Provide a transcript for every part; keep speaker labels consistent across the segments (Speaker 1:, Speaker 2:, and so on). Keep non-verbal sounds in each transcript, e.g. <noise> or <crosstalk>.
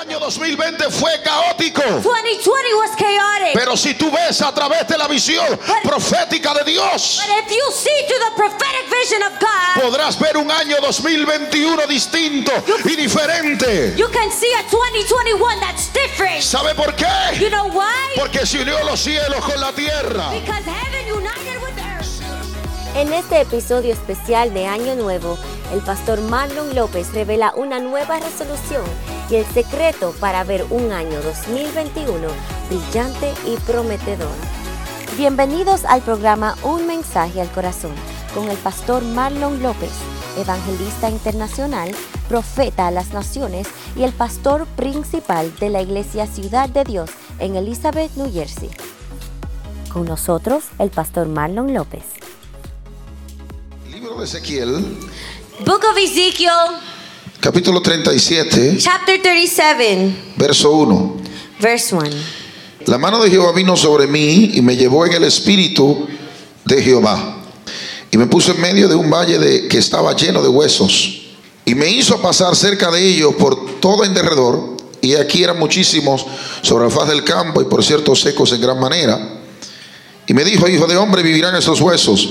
Speaker 1: año 2020 fue caótico.
Speaker 2: 2020 was chaotic.
Speaker 1: Pero si tú ves a través de la visión profética de Dios,
Speaker 2: But if you see through the prophetic vision of God,
Speaker 1: podrás ver un año 2021 distinto y diferente.
Speaker 2: you can see a 2021 that's different.
Speaker 1: ¿Sabe por qué?
Speaker 2: You know why?
Speaker 1: Porque se unió los cielos con la tierra.
Speaker 2: Because heaven united with earth.
Speaker 3: En este episodio especial de Año Nuevo, el pastor Marlon López revela una nueva resolución y el secreto para ver un año 2021 brillante y prometedor. Bienvenidos al programa Un Mensaje al Corazón con el pastor Marlon López, evangelista internacional, profeta a las naciones y el pastor principal de la Iglesia Ciudad de Dios en Elizabeth, New Jersey. Con nosotros, el pastor Marlon López.
Speaker 1: Libro de Ezequiel,
Speaker 2: Book of Ezekiel,
Speaker 1: capítulo 37,
Speaker 2: chapter 37,
Speaker 1: verso 1.
Speaker 2: verse 1.
Speaker 1: La mano de Jehová vino sobre mí y me llevó en el espíritu de Jehová. Y me puso en medio de un valle de- que estaba lleno de huesos. Y me hizo pasar cerca de ellos por todo en derredor. Y aquí eran muchísimos sobre la faz del campo y por cierto secos en gran manera. Y me dijo, hijo de hombre, vivirán esos huesos.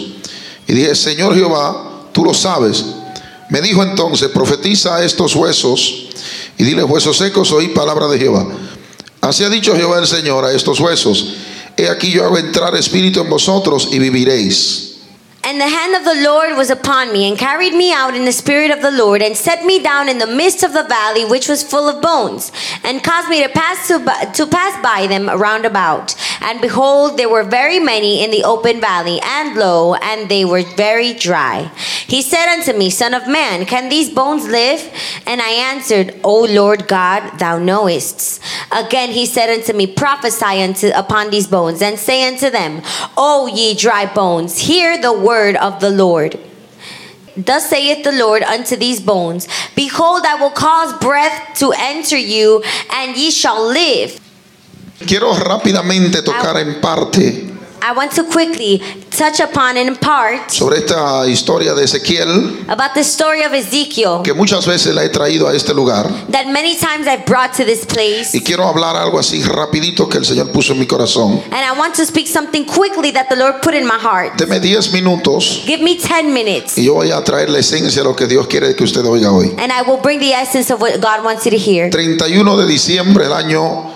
Speaker 1: Y dije, Señor Jehová, tú lo sabes. Me dijo entonces, profetiza a estos huesos y dile, huesos secos, oí palabra de Jehová. Así ha dicho Jehová el Señor a estos huesos. He aquí yo hago entrar espíritu en vosotros y viviréis.
Speaker 2: And the hand of the Lord was upon me, and carried me out in the spirit of the Lord, and set me down in the midst of the valley which was full of bones, and caused me to pass to, by- to pass by them round about. And behold, there were very many in the open valley, and lo, and they were very dry. He said unto me, Son of man, can these bones live? And I answered, O Lord God, thou knowest. Again he said unto me, Prophesy unto upon these bones, and say unto them, O ye dry bones, hear the word of the Lord. Thus saith the Lord unto these bones Behold, I will cause breath to enter you, and ye shall live.
Speaker 1: Quiero rápidamente tocar en parte
Speaker 2: I want to quickly touch upon in part
Speaker 1: sobre esta historia de Ezequiel
Speaker 2: about the story of Ezekiel
Speaker 1: que muchas veces la he traído a este lugar.
Speaker 2: that many times I've brought to this place.
Speaker 1: Y quiero hablar algo así rapidito que el Señor puso en mi corazón.
Speaker 2: And I want to speak something quickly that the Lord put in my heart.
Speaker 1: Deme 10 minutos
Speaker 2: Give me 10 minutes,
Speaker 1: y yo voy a traer la esencia de lo que Dios quiere que usted oiga hoy.
Speaker 2: and I will bring the essence of what God wants you to hear.
Speaker 1: 31 de diciembre del año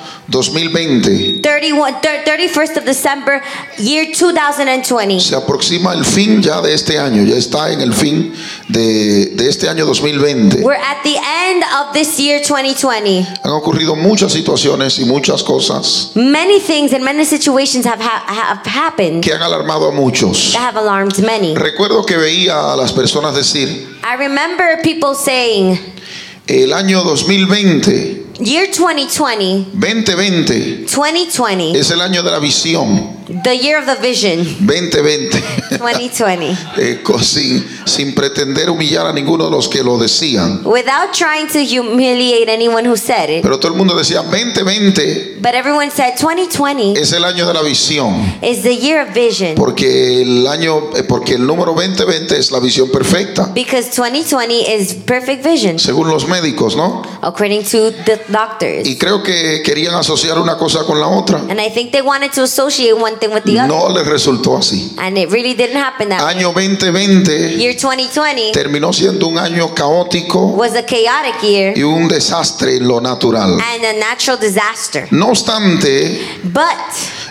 Speaker 1: 2020
Speaker 2: 31, thir- 31st of December, year 2020.
Speaker 1: se aproxima el fin ya de este año, ya está en el fin de, de este año 2020.
Speaker 2: We're at the end of this year 2020.
Speaker 1: Han ocurrido muchas situaciones y muchas cosas
Speaker 2: Many things and many situations have, ha- have happened
Speaker 1: que han alarmado a muchos.
Speaker 2: that have alarmed many.
Speaker 1: Recuerdo que veía a las personas decir,
Speaker 2: I remember people saying,
Speaker 1: el año 2020,
Speaker 2: year 2020,
Speaker 1: 2020
Speaker 2: 2020,
Speaker 1: es el año de la visión,
Speaker 2: the year of the vision,
Speaker 1: 2020.
Speaker 2: 2020.
Speaker 1: <laughs> Eh, co- sin, sin pretender humillar a ninguno de los que lo decían.
Speaker 2: Without trying to humiliate anyone who said it,
Speaker 1: Pero todo el mundo decía, 2020
Speaker 2: But everyone said 2020
Speaker 1: es el año de la visión,
Speaker 2: is the year of vision
Speaker 1: porque el año, eh, porque el número 2020 es la visión perfecta,
Speaker 2: because 2020 is perfect vision,
Speaker 1: según los médicos, ¿no?
Speaker 2: according to the doctors.
Speaker 1: Y creo que querían asociar una cosa con la otra.
Speaker 2: And I think they wanted to associate one thing with the other,
Speaker 1: No les resultó así.
Speaker 2: and it really didn't happen that way.
Speaker 1: Año 2020
Speaker 2: Year 2020
Speaker 1: terminó siendo un año caótico
Speaker 2: was a chaotic year
Speaker 1: y un desastre en lo natural.
Speaker 2: and a natural disaster.
Speaker 1: No obstante,
Speaker 2: But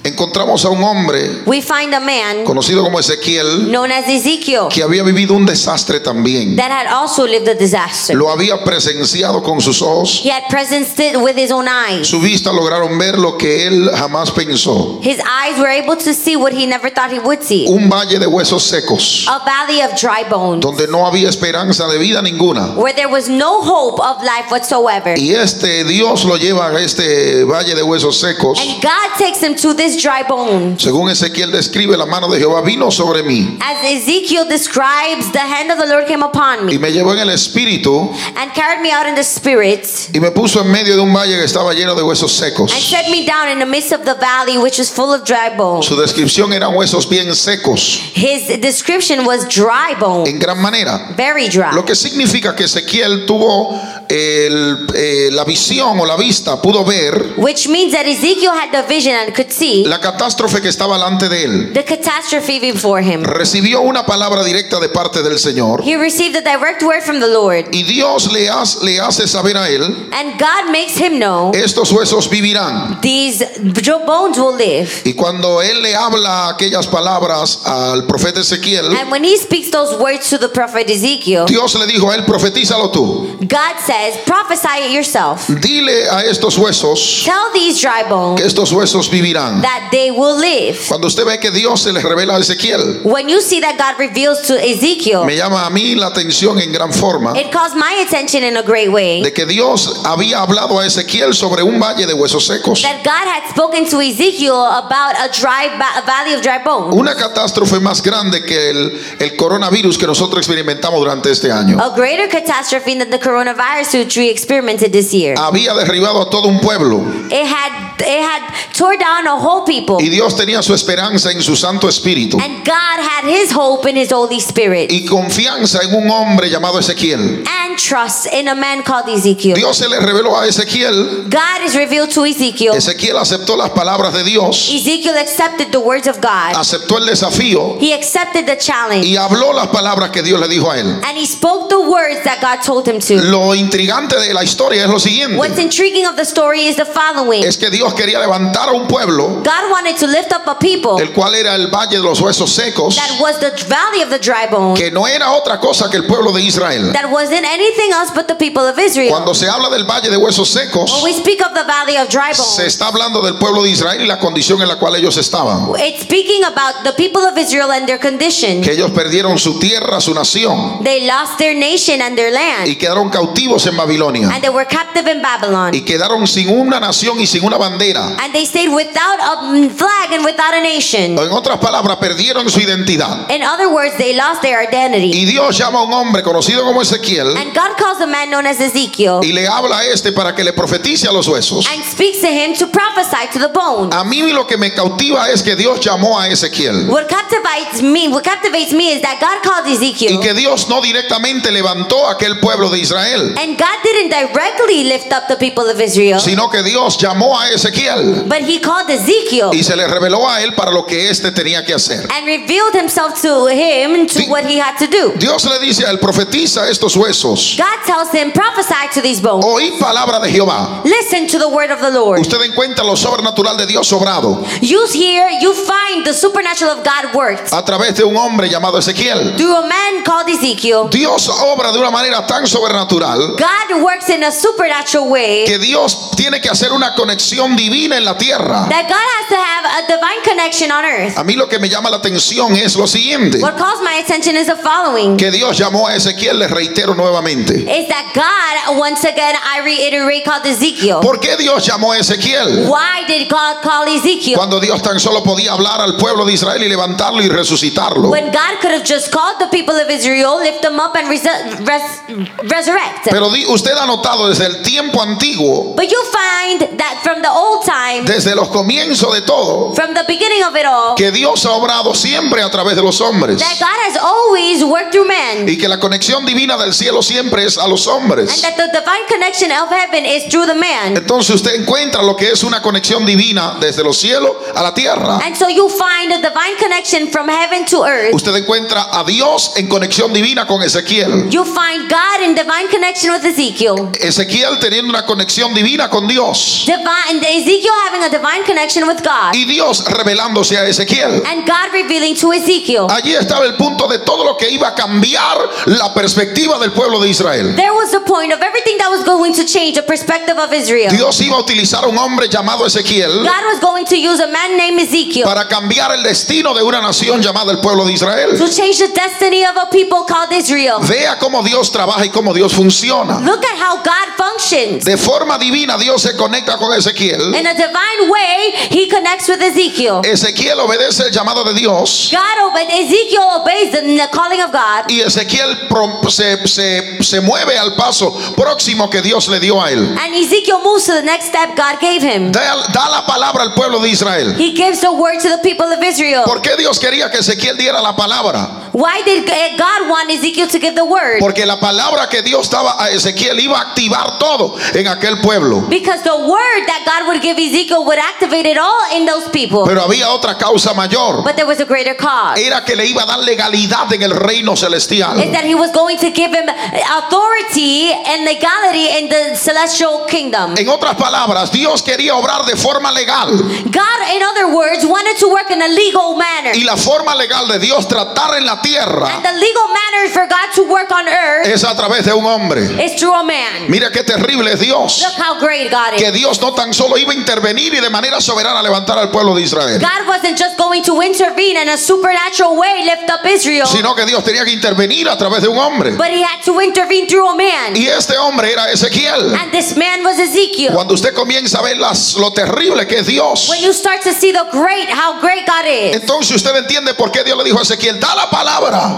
Speaker 1: encontramos a un hombre
Speaker 2: we find a man
Speaker 1: conocido como Ezequiel,
Speaker 2: known as Ezekiel
Speaker 1: que había vivido un desastre también.
Speaker 2: that had also lived a disaster.
Speaker 1: Lo había presenciado con sus ojos.
Speaker 2: He had presenced it with his own eyes.
Speaker 1: Su vista lograron ver lo que él jamás pensó.
Speaker 2: His eyes were able to see what he never thought he would see
Speaker 1: Un valle de huesos secos,
Speaker 2: a valley of dry bones.
Speaker 1: donde no había esperanza de vida ninguna.
Speaker 2: where there was no hope of life whatsoever.
Speaker 1: Y este Dios lo lleva a este valle de huesos secos.
Speaker 2: And God takes him to this dry bone.
Speaker 1: Según Ezequiel describe, la mano de Jehová vino sobre mí
Speaker 2: As Ezekiel describes, the hand of the Lord came upon
Speaker 1: y
Speaker 2: me
Speaker 1: me llevó en el espíritu
Speaker 2: and carried me out in the spirit
Speaker 1: y me puso en medio de un valle que estaba lleno de huesos secos.
Speaker 2: and set me down in the midst of the valley which was full of dry bones.
Speaker 1: Su descripción eran huesos bien secos,
Speaker 2: His description was dry bone,
Speaker 1: en gran manera.
Speaker 2: very dry.
Speaker 1: Lo que significa que Ezequiel tuvo el- eh, la visión o la vista pudo ver
Speaker 2: which means that Ezekiel had the vision and could see
Speaker 1: la catástrofe que estaba delante de él.
Speaker 2: the catastrophe before him.
Speaker 1: Recibió una palabra directa de parte del Señor
Speaker 2: He received a direct word from the Lord,
Speaker 1: y Dios le, hace- le hace saber a él,
Speaker 2: and God makes him know
Speaker 1: estos huesos vivirán.
Speaker 2: these jo- bones will live.
Speaker 1: Y cuando él le habla aquellas palabras al profeta Ezequiel,
Speaker 2: And when he speaks those words to the prophet Ezekiel,
Speaker 1: Dios le dijo a él, profetízalo tú.
Speaker 2: God says, prophesy it yourself.
Speaker 1: Dile a estos huesos
Speaker 2: Tell these dry
Speaker 1: que
Speaker 2: bones
Speaker 1: estos huesos vivirán.
Speaker 2: that they will live.
Speaker 1: Cuando usted ve que Dios se le revela a Ezequiel,
Speaker 2: When you see that God reveals to Ezekiel,
Speaker 1: me llama a mí la atención en gran forma
Speaker 2: it calls my attention in a great way
Speaker 1: de que Dios había hablado a Ezequiel sobre un valle de huesos secos.
Speaker 2: that God had spoken to Ezekiel about a dry ba- a valley of dry bones.
Speaker 1: Una catástrofe más grande que el, el coronavirus que nosotros experimentamos durante este año.
Speaker 2: A greater catastrophe than the coronavirus which we experimented this year.
Speaker 1: Había derribado a todo un pueblo
Speaker 2: It had it had tore down a whole people.
Speaker 1: y Dios tenía su esperanza en su Santo Espíritu.
Speaker 2: And God had his hope in his Holy Spirit
Speaker 1: y confianza en un hombre llamado Ezequiel.
Speaker 2: and trust in a man called Ezekiel.
Speaker 1: Dios se le reveló a Ezequiel.
Speaker 2: God is revealed to Ezekiel.
Speaker 1: Ezequiel aceptó las palabras de Dios,
Speaker 2: Ezekiel accepted the words of God.
Speaker 1: aceptó el desafío
Speaker 2: He accepted the challenge
Speaker 1: y habló las palabras que Dios le dijo a él.
Speaker 2: and he spoke the words that God told him to.
Speaker 1: Lo intrigante de la historia es lo
Speaker 2: What's
Speaker 1: siguiente.
Speaker 2: intriguing of the story is the following.
Speaker 1: Es que Dios quería levantar a un pueblo,
Speaker 2: God wanted to lift up a people
Speaker 1: el cual era el Valle de los Huesos Secos,
Speaker 2: Oh. that was the valley of the dry bones,
Speaker 1: que no era otra cosa que el pueblo de Israel.
Speaker 2: that wasn't anything else but the people of Israel.
Speaker 1: Cuando se habla del Valle de Huesos
Speaker 2: When
Speaker 1: Secos,
Speaker 2: we speak of the valley of dry
Speaker 1: se
Speaker 2: bones,
Speaker 1: está hablando del pueblo de Israel y la condición en la cual ellos estaban.
Speaker 2: it's speaking about the people of Israel and their condition.
Speaker 1: Que ellos perdieron su tierra, su nación.
Speaker 2: They lost their nation and their
Speaker 1: y
Speaker 2: land,
Speaker 1: quedaron cautivos en Babilonia
Speaker 2: and they were captive in Babylon.
Speaker 1: y quedaron sin una nación y sin una bandera.
Speaker 2: And they stayed without a flag and without a nation.
Speaker 1: O En otras palabras, perdieron su identidad.
Speaker 2: In other words, they lost their identity.
Speaker 1: Y Dios llama a un hombre conocido como Ezequiel
Speaker 2: And God calls a man known as Ezekiel
Speaker 1: y le habla a este para que le profetice a los huesos.
Speaker 2: and speaks to him to prophesy to the bone.
Speaker 1: A mí lo que me cautiva es que Dios llamó a Ezequiel
Speaker 2: What captivates me, what captivates me is that God called
Speaker 1: y
Speaker 2: Ezekiel
Speaker 1: que Dios no directamente levantó a aquel pueblo de Israel,
Speaker 2: and God didn't directly lift up the people of Israel,
Speaker 1: sino que Dios llamó a Ezequiel
Speaker 2: but he called Ezekiel
Speaker 1: y se le reveló a él para lo que éste tenía que hacer.
Speaker 2: and revealed himself to him and to
Speaker 1: Di-
Speaker 2: what he had to do.
Speaker 1: Dios le dice a él, profetiza estos huesos.
Speaker 2: God tells him, prophesy to these bones.
Speaker 1: Oí palabra de Jehová.
Speaker 2: Listen to the word of the Lord.
Speaker 1: Usted encuentra lo sobrenatural de Dios sobrado
Speaker 2: You hear, you find the supernatural of God worked
Speaker 1: a través de un hombre llamado Ezequiel.
Speaker 2: through a man called Ezekiel.
Speaker 1: Dios obra de una manera tan sobrenatural
Speaker 2: God works in a supernatural way
Speaker 1: que Dios tiene que hacer una conexión divina en la tierra.
Speaker 2: that God has to have a divine connection on earth.
Speaker 1: A mí lo que me llama la atención es lo siguiente,
Speaker 2: What calls my attention is the following
Speaker 1: que Dios llamó a Ezequiel, les reitero nuevamente.
Speaker 2: is that God, once again, I reiterate, called Ezekiel.
Speaker 1: ¿Por qué Dios llamó a Ezequiel?
Speaker 2: Why did God call Ezekiel
Speaker 1: Cuando Dios tan solo podía hablar al pueblo de Israel y levantarlo y resucitarlo.
Speaker 2: when God could have just called the people of Israel, lift them up, and resu- res- resurrect?
Speaker 1: Pero di- usted ha notado desde el tiempo antiguo,
Speaker 2: But you find that from the old time,
Speaker 1: desde los comienzos de todo,
Speaker 2: from the beginning of it all,
Speaker 1: que Dios ha obrado siempre a través de los hombres.
Speaker 2: that God has always worked through man.
Speaker 1: y que la conexión divina del cielo siempre es a los
Speaker 2: And
Speaker 1: hombres.
Speaker 2: that the divine connection of heaven is through the man.
Speaker 1: Entonces usted encuentra lo que es una conexión divina desde los cielos a la tierra.
Speaker 2: And so you find a divine connection from heaven to earth.
Speaker 1: Usted encuentra a Dios en conexión divina con Ezequiel.
Speaker 2: You find God in divine connection with Ezekiel.
Speaker 1: Ezequiel teniendo una conexión divina con Dios.
Speaker 2: Divine Ezekiel having a divine connection with God.
Speaker 1: Y Dios revelándose a Ezequiel.
Speaker 2: And God revealing to Ezekiel.
Speaker 1: Allí estaba el punto de todo lo que iba a cambiar la perspectiva del pueblo de Israel.
Speaker 2: There was the point of everything that was going to change the perspective of Israel.
Speaker 1: Dios iba a utilizar a un hombre llamado Ezequiel
Speaker 2: God was going to use a man named Ezekiel
Speaker 1: para cambiar el destino de una nación llamada el pueblo de Israel.
Speaker 2: to change the destiny of a people called Israel.
Speaker 1: Vea cómo Dios trabaja y cómo Dios funciona.
Speaker 2: Look at how God functions.
Speaker 1: De forma divina Dios se conecta con Ezequiel.
Speaker 2: In a divine way, he connects with Ezekiel.
Speaker 1: Ezequiel obedece el llamado de Dios
Speaker 2: God obeyed, Ezekiel obeys the, the calling of God.
Speaker 1: y Ezequiel pro- se, se- se mueve al paso próximo que Dios le dio a él.
Speaker 2: And Ezekiel moves to the next step God gave him.
Speaker 1: Da, da la palabra al pueblo de Israel.
Speaker 2: He gives the word to the people of Israel.
Speaker 1: ¿Por qué Dios quería que Ezequiel diera la palabra? palabra.
Speaker 2: Why did eh, God want Ezekiel to give the word?
Speaker 1: Porque la palabra que Dios daba a Ezequiel iba a activar todo en aquel pueblo.
Speaker 2: Because the word that God would give Ezekiel would activate it all in those people.
Speaker 1: Pero había otra causa mayor.
Speaker 2: But there was a greater cause.
Speaker 1: Era que le iba a dar legalidad en el reino
Speaker 2: Is
Speaker 1: celestial.
Speaker 2: that he was going to give him authority and legality in the celestial kingdom.
Speaker 1: En otras palabras, Dios quería obrar de forma legal.
Speaker 2: God, in other words, wanted to work in a legal manner.
Speaker 1: Y la forma legal de Dios tratar en la
Speaker 2: And
Speaker 1: tierra
Speaker 2: the legal manner for God to work on earth
Speaker 1: es a través de un hombre.
Speaker 2: is through a man.
Speaker 1: Mira qué terrible es Dios.
Speaker 2: Look how great God
Speaker 1: Que
Speaker 2: is.
Speaker 1: Dios no tan solo iba a intervenir y de manera soberana levantar al pueblo de Israel.
Speaker 2: God wasn't just going to intervene in a supernatural way, lift up Israel,
Speaker 1: Sino que Dios tenía que intervenir a través de un hombre.
Speaker 2: but he had to intervene through a man.
Speaker 1: Y este hombre era Ezequiel.
Speaker 2: And this man was Ezekiel.
Speaker 1: Cuando usted comienza a ver las, lo terrible que es Dios,
Speaker 2: When you start to see the great, how great God is,
Speaker 1: entonces usted entiende por qué Dios le dijo a Ezequiel, da la palabra.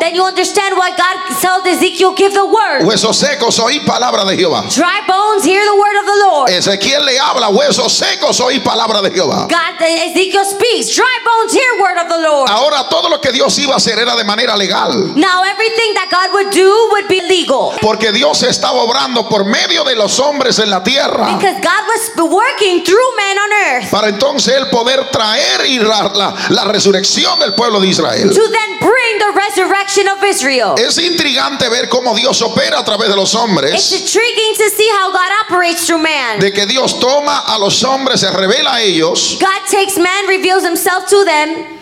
Speaker 2: then you understand why God told Ezekiel, give the word.
Speaker 1: Huesos secos, oí palabra de Jehová.
Speaker 2: Dry bones, hear the word of the Lord.
Speaker 1: Ezequiel le habla, huesos secos, oí palabra de Jehová.
Speaker 2: God, Ezekiel speaks, dry bones, hear word of the Lord.
Speaker 1: Ahora todo lo que Dios iba a hacer era de manera legal.
Speaker 2: Now everything that God would do would be legal.
Speaker 1: Porque Dios estaba obrando por medio de los hombres en la tierra.
Speaker 2: Because God was working through men on earth
Speaker 1: Para entonces él poder traer y la, la- la resurrección del pueblo de Israel.
Speaker 2: to then bring the resurrection of Israel.
Speaker 1: Es intrigante ver cómo Dios opera a través de los
Speaker 2: It's
Speaker 1: hombres.
Speaker 2: intriguing to see how God operates through man.
Speaker 1: de que Dios toma a los hombres, se revela a ellos,
Speaker 2: God takes man, reveals himself to them,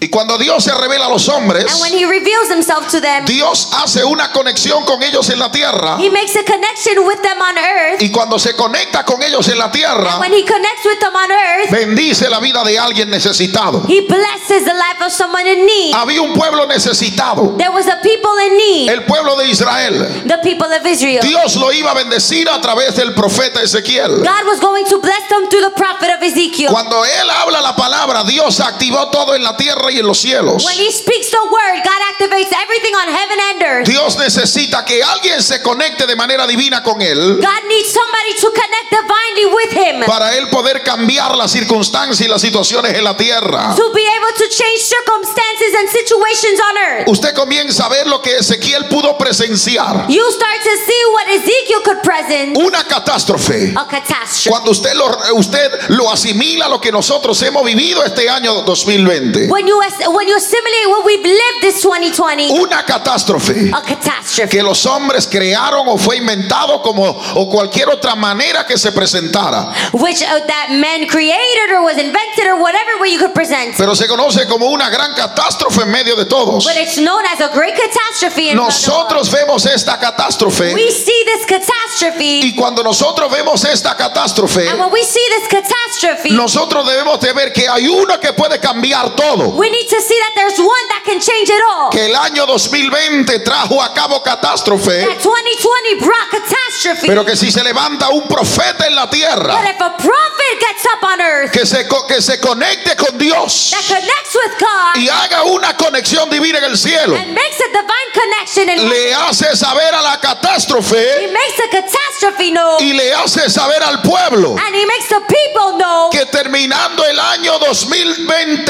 Speaker 1: y cuando Dios se revela a los hombres,
Speaker 2: and when he reveals himself to them,
Speaker 1: Dios hace una conexión con ellos en la tierra,
Speaker 2: he makes a connection with them on earth.
Speaker 1: y cuando se conecta con ellos en la tierra,
Speaker 2: When he connects with them on earth,
Speaker 1: bendice la vida de alguien necesitado.
Speaker 2: he blesses the life of someone in need.
Speaker 1: Había un pueblo necesitado,
Speaker 2: There was a people in need,
Speaker 1: el pueblo de Israel.
Speaker 2: the people of Israel.
Speaker 1: Dios lo iba a bendecir a través del profeta Ezequiel.
Speaker 2: God was going to bless them through the prophet of Ezekiel.
Speaker 1: Cuando él habla la palabra, Dios activó todo en la tierra y en los cielos.
Speaker 2: When he speaks the word, God activates everything on heaven and earth.
Speaker 1: Dios necesita que alguien se conecte de manera divina con él.
Speaker 2: God needs somebody to connect divinely with him
Speaker 1: para él poder cambiar las circunstancias y las situaciones en la tierra.
Speaker 2: to be able to change circumstances and situations on earth.
Speaker 1: Usted comienza a ver lo que Ezequiel pudo presenciar,
Speaker 2: You start to see what Ezekiel could present
Speaker 1: una catástrofe.
Speaker 2: a catastrophe.
Speaker 1: Cuando usted lo, usted lo asimila a lo que nosotros hemos vivido este año 2020,
Speaker 2: When you as- when you assimilate what we've lived this 2020,
Speaker 1: una catástrofe
Speaker 2: a catastrophe
Speaker 1: que los hombres crearon o fue inventado como o cualquier otra manera que se presentara,
Speaker 2: which uh, that man created or was invented or whatever way you could present,
Speaker 1: pero se conoce como una gran catástrofe en medio de todos.
Speaker 2: but it's known as a great catastrophe. In front of us.
Speaker 1: Nosotros vemos esta catástrofe
Speaker 2: we see this catastrophe,
Speaker 1: Y cuando nosotros vemos esta catástrofe,
Speaker 2: and when we see this catastrophe,
Speaker 1: nosotros debemos de ver que hay uno que puede cambiar todo.
Speaker 2: we need to see that there's one that can change it all.
Speaker 1: Que el año 2020 trajo a cabo catástrofe,
Speaker 2: that 2020 brought catastrophe.
Speaker 1: pero que si se levanta un profeta en la
Speaker 2: but
Speaker 1: tierra,
Speaker 2: if a prophet gets up on earth
Speaker 1: que se, co- que se conecte con Dios
Speaker 2: that connects with God
Speaker 1: y haga una conexión divina en el cielo,
Speaker 2: and makes a divine connection and
Speaker 1: le hace saber a la
Speaker 2: he
Speaker 1: catástrofe
Speaker 2: makes a catastrophe know
Speaker 1: y le hace saber al pueblo
Speaker 2: and he makes the people know
Speaker 1: que terminando el año 2020,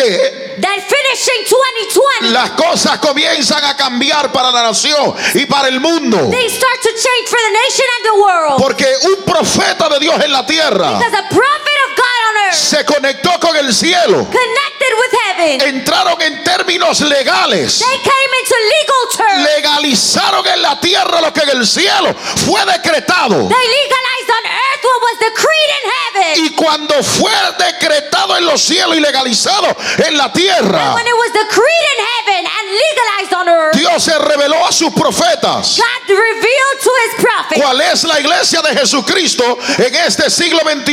Speaker 2: that finishing 2020
Speaker 1: Las cosas comienzan a cambiar para la nación y para el mundo.
Speaker 2: things start to change for the nation and the world.
Speaker 1: Porque un profeta de Dios en la tierra
Speaker 2: because a prophet of God on earth
Speaker 1: se conectó con el cielo.
Speaker 2: connected with heaven.
Speaker 1: Entraron en términos legales.
Speaker 2: they came into legal terms.
Speaker 1: Legalizaron en la tierra lo que en el cielo fue decretado.
Speaker 2: they legalized on earth what was decreed in heaven.
Speaker 1: Y cuando fue decretado en los cielos y legalizado en la tierra,
Speaker 2: when it was decreed in heaven and legalized on earth.
Speaker 1: Dios se reveló a sus profetas.
Speaker 2: God revealed to his prophet,
Speaker 1: ¿Cuál es la iglesia de Jesucristo en este siglo XXI?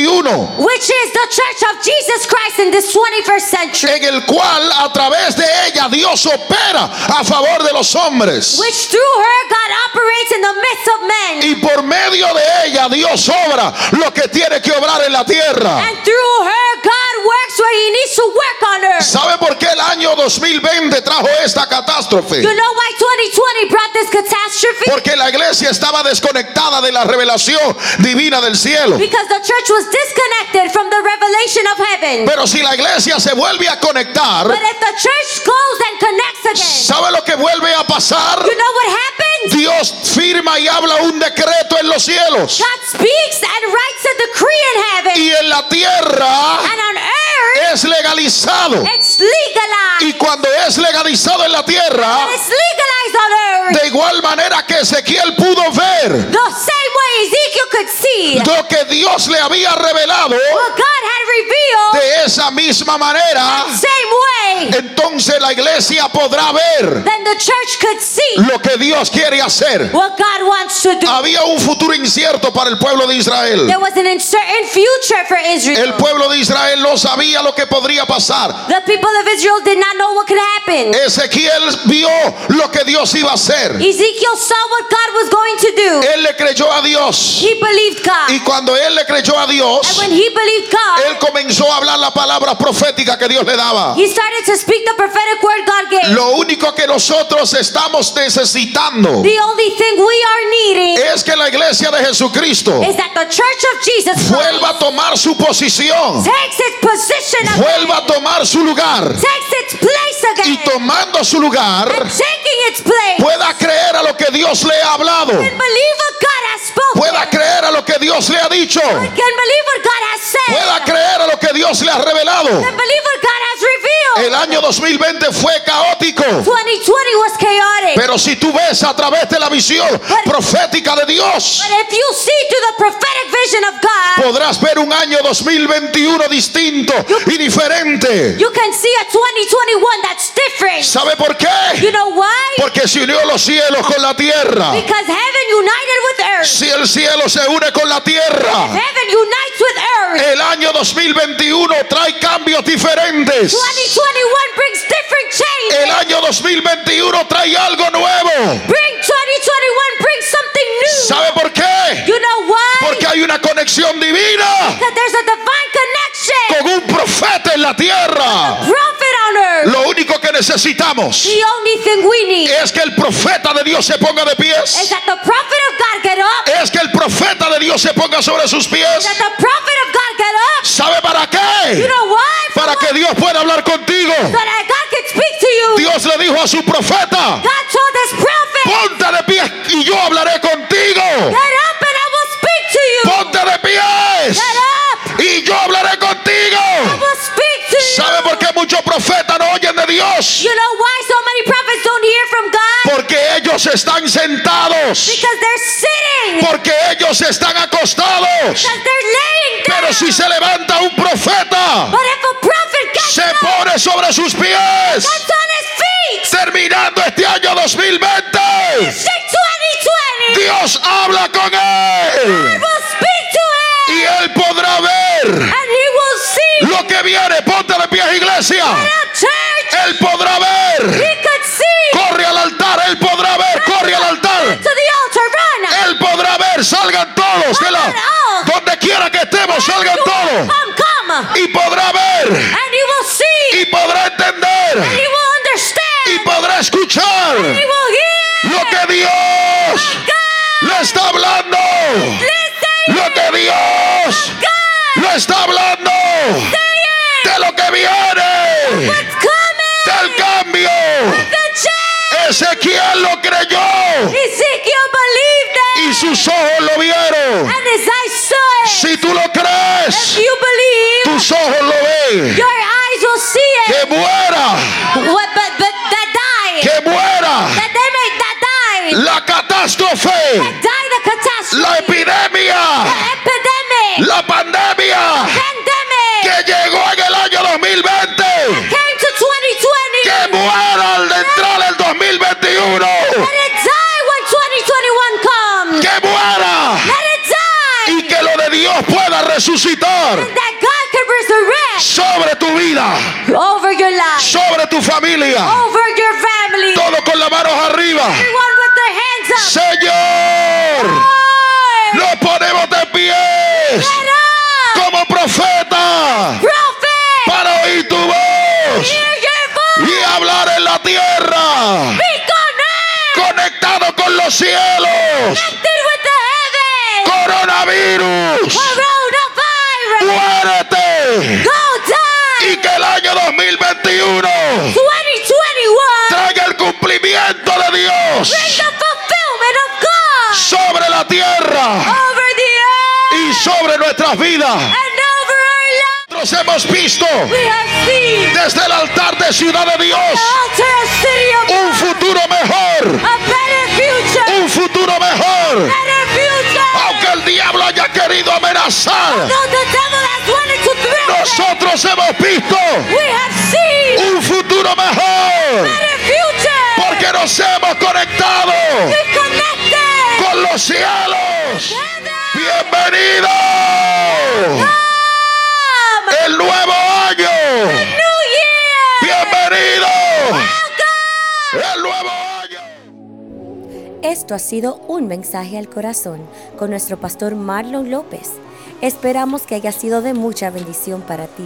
Speaker 2: which is the church of Jesus Christ in this 21st century,
Speaker 1: en el cual a través de ella Dios opera a favor de los hombres
Speaker 2: which through her God operates in the midst of men,
Speaker 1: y por medio de ella Dios obra lo que tiene que obrar en la tierra.
Speaker 2: and through her God works where he needs to work on earth.
Speaker 1: ¿Sabe por qué el año 2020 trajo esta catástrofe?
Speaker 2: You know why 2020 brought this catastrophe?
Speaker 1: Porque la iglesia estaba desconectada de la revelación divina del cielo.
Speaker 2: Because the church was disconnected from the revelation of heaven. happened.
Speaker 1: Pero si la iglesia se vuelve a conectar,
Speaker 2: But if the church goes and connects again,
Speaker 1: ¿sabe lo que vuelve a pasar?
Speaker 2: you know what happens?
Speaker 1: Dios firma y habla un decreto en los cielos.
Speaker 2: God speaks and writes a decree in heaven,
Speaker 1: Y en la tierra
Speaker 2: and on earth,
Speaker 1: es legalizado.
Speaker 2: it's
Speaker 1: Y
Speaker 2: legalized.
Speaker 1: cuando es legalizado en la tierra,
Speaker 2: And it's legalized on earth.
Speaker 1: de igual manera que Ezequiel pudo ver
Speaker 2: The same way Ezekiel could see
Speaker 1: lo que Dios le había revelado,
Speaker 2: what God had revealed,
Speaker 1: de esa misma manera,
Speaker 2: same way,
Speaker 1: entonces la iglesia podrá ver
Speaker 2: then the church could see
Speaker 1: lo que Dios quiere hacer.
Speaker 2: what God wants to do.
Speaker 1: Había un futuro incierto para el pueblo de Israel.
Speaker 2: There was an uncertain future for
Speaker 1: El
Speaker 2: Israel.
Speaker 1: pueblo de Israel no sabía lo que podría pasar.
Speaker 2: The people of Israel did not know what could happen.
Speaker 1: Ezequiel vio lo que Dios iba a hacer.
Speaker 2: Ezekiel saw what God was going to do.
Speaker 1: Él le creyó a Dios.
Speaker 2: He believed God.
Speaker 1: Y cuando él le creyó a
Speaker 2: And
Speaker 1: Dios,
Speaker 2: when he believed
Speaker 1: él
Speaker 2: God,
Speaker 1: comenzó a hablar las palabras proféticas que Dios le daba.
Speaker 2: he started to speak the prophetic word God gave.
Speaker 1: Lo único que nosotros estamos necesitando
Speaker 2: The only thing we are needing
Speaker 1: es que la iglesia de Jesucristo
Speaker 2: is that the church of Jesus
Speaker 1: vuelva
Speaker 2: Christ
Speaker 1: a tomar su posición,
Speaker 2: takes its position again,
Speaker 1: vuelva a tomar su lugar
Speaker 2: takes its place
Speaker 1: y
Speaker 2: again,
Speaker 1: tomando su lugar
Speaker 2: and taking its place.
Speaker 1: pueda creer a lo que Dios le ha hablado,
Speaker 2: Can believe what God has spoken.
Speaker 1: pueda creer a lo que Dios le ha dicho,
Speaker 2: Can believe what God has
Speaker 1: pueda
Speaker 2: said.
Speaker 1: creer a lo que Dios le ha revelado.
Speaker 2: Can believe what God has revealed.
Speaker 1: El año 2020 fue caótico.
Speaker 2: 2020 was chaotic.
Speaker 1: Pero si tú ves a través de la visión profética de Dios,
Speaker 2: But if you see through the prophetic vision of God,
Speaker 1: podrás ver un año 2021 distinto y diferente.
Speaker 2: you can see a 2021 that's different.
Speaker 1: ¿Sabe por
Speaker 2: You
Speaker 1: qué?
Speaker 2: know why?
Speaker 1: Porque se unió los cielos con la tierra.
Speaker 2: Because heaven united with earth.
Speaker 1: Si el cielo se une con la tierra,
Speaker 2: Heaven unites with earth.
Speaker 1: el año 2021 trae cambios diferentes.
Speaker 2: 2021 brings different change.
Speaker 1: El año 2021 trae algo nuevo.
Speaker 2: Bring 2021 brings something new.
Speaker 1: ¿Sabe por qué?
Speaker 2: You know why?
Speaker 1: Porque hay una conexión divina
Speaker 2: Because there's a divine connection.
Speaker 1: con un profeta en la tierra.
Speaker 2: Prophet on earth.
Speaker 1: Lo único que necesitamos
Speaker 2: The only thing we need
Speaker 1: es que el profeta de Dios se ponga de
Speaker 2: is
Speaker 1: pies.
Speaker 2: that the prophet of God get up.
Speaker 1: Es que el profeta de Dios se ponga sobre sus
Speaker 2: That
Speaker 1: pies.
Speaker 2: the prophet of God get up.
Speaker 1: ¿Sabe para
Speaker 2: You
Speaker 1: qué?
Speaker 2: know why?
Speaker 1: Para que Dios pueda hablar contigo.
Speaker 2: So that God can speak to you.
Speaker 1: Dios le dijo a su profeta,
Speaker 2: God told his prophet,
Speaker 1: ponte de pies y yo hablaré contigo.
Speaker 2: get up and I will speak to you.
Speaker 1: Ponte de pies
Speaker 2: Get up.
Speaker 1: y yo hablaré
Speaker 2: I
Speaker 1: contigo.
Speaker 2: will speak to you.
Speaker 1: ¿Sabe por qué muchos profetas no oyen de Dios?
Speaker 2: You know why so many prophets don't hear from God?
Speaker 1: Porque ellos están sentados.
Speaker 2: Because they're sitting.
Speaker 1: Porque ellos están acostados.
Speaker 2: Because they're laying down.
Speaker 1: Pero si se levanta un profeta,
Speaker 2: But if a prophet gets
Speaker 1: se
Speaker 2: up,
Speaker 1: pone sobre sus pies,
Speaker 2: gets on his feet,
Speaker 1: terminando este año 2020,
Speaker 2: say 2020,
Speaker 1: Dios habla con
Speaker 2: God
Speaker 1: él
Speaker 2: will speak to him.
Speaker 1: y él podrá ver
Speaker 2: And he will see.
Speaker 1: lo que viene. Ponte de pies, iglesia.
Speaker 2: Get up, church.
Speaker 1: Él podrá ver.
Speaker 2: He could see.
Speaker 1: Corre al altar, él podrá ver. Corre al altar.
Speaker 2: To the altar, run.
Speaker 1: Él podrá ver. Salgan todos. de la- Donde quiera que estemos, salgan todos.
Speaker 2: Come, come.
Speaker 1: Y podrá ver.
Speaker 2: And he will see.
Speaker 1: Y podrá entender.
Speaker 2: He will understand.
Speaker 1: y podrá escuchar
Speaker 2: He will hear.
Speaker 1: lo que Dios
Speaker 2: God,
Speaker 1: le está hablando.
Speaker 2: listen.
Speaker 1: Lo que Dios
Speaker 2: God,
Speaker 1: le está hablando
Speaker 2: say it.
Speaker 1: de lo que viene
Speaker 2: What's coming?
Speaker 1: del cambio.
Speaker 2: The change.
Speaker 1: Ezequiel lo creyó
Speaker 2: Ezekiel believed it.
Speaker 1: y sus ojos lo vieron.
Speaker 2: And his eyes saw it.
Speaker 1: Si tú lo
Speaker 2: If
Speaker 1: crees,
Speaker 2: you believe,
Speaker 1: tus ojos lo ven.
Speaker 2: your eyes will see it.
Speaker 1: Que muera,
Speaker 2: What, but, but that die.
Speaker 1: que muera
Speaker 2: That they may that die.
Speaker 1: la catástrofe,
Speaker 2: Die the
Speaker 1: la
Speaker 2: catastrophe.
Speaker 1: epidemia,
Speaker 2: Epidemic.
Speaker 1: la pandemia.
Speaker 2: Pandemic.
Speaker 1: que llegó en el año 2020.
Speaker 2: Came to 2020.
Speaker 1: Que muera al entrar el 2021.
Speaker 2: Let it die when 2021 comes.
Speaker 1: Que muera
Speaker 2: Let it die.
Speaker 1: y que lo de Dios pueda resucitar
Speaker 2: That God can resurrect
Speaker 1: sobre tu vida,
Speaker 2: over your life,
Speaker 1: sobre tu familia.
Speaker 2: over your family.
Speaker 1: Todo con las manos arriba.
Speaker 2: Everyone with their hands up.
Speaker 1: Señor,
Speaker 2: Lord,
Speaker 1: nos ponemos de pies
Speaker 2: get up.
Speaker 1: como profeta
Speaker 2: Prophet,
Speaker 1: para oír tu voz
Speaker 2: hear your voice.
Speaker 1: y hablar en la tierra,
Speaker 2: Be connected
Speaker 1: conectado con los cielos.
Speaker 2: with the heavens.
Speaker 1: Coronavirus.
Speaker 2: Coronavirus.
Speaker 1: muérete,
Speaker 2: Go
Speaker 1: que 2021
Speaker 4: 2021
Speaker 1: traiga el cumplimiento de Dios
Speaker 4: brings the fulfillment of God
Speaker 1: sobre la tierra
Speaker 4: over the earth
Speaker 1: y sobre nuestras vidas.
Speaker 4: and over our lives.
Speaker 1: Nosotros hemos visto
Speaker 4: We have seen
Speaker 1: desde el altar de Ciudad de Dios
Speaker 4: the altar of city of
Speaker 1: un futuro mejor,
Speaker 4: a better future,
Speaker 1: un futuro mejor.
Speaker 4: better future.
Speaker 1: Aunque el diablo haya querido amenazar,
Speaker 4: Though the devil has wanted to threaten,
Speaker 1: nosotros hemos visto
Speaker 4: we have seen
Speaker 1: un futuro mejor
Speaker 4: better future.
Speaker 1: porque nos hemos conectado
Speaker 4: We connected.
Speaker 1: con los cielos.
Speaker 4: Heaven,
Speaker 1: Bienvenido
Speaker 4: come.
Speaker 1: el nuevo año.
Speaker 4: New year.
Speaker 1: Bienvenido
Speaker 4: Welcome.
Speaker 1: el nuevo año.
Speaker 2: Esto ha sido un mensaje al corazón con nuestro pastor Marlon López. Esperamos que haya sido de mucha bendición para ti.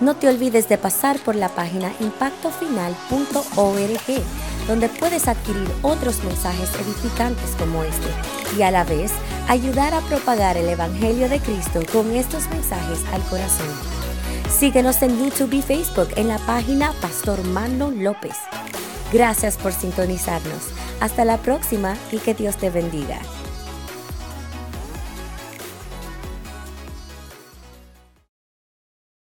Speaker 2: No te olvides de pasar por la página impactofinal.org, donde puedes adquirir otros mensajes edificantes como este y a la vez ayudar a propagar el Evangelio de Cristo con estos mensajes al corazón. Síguenos en YouTube y Facebook en la página Pastor Marlon López. Gracias por sintonizarnos. Hasta la próxima y que Dios te bendiga.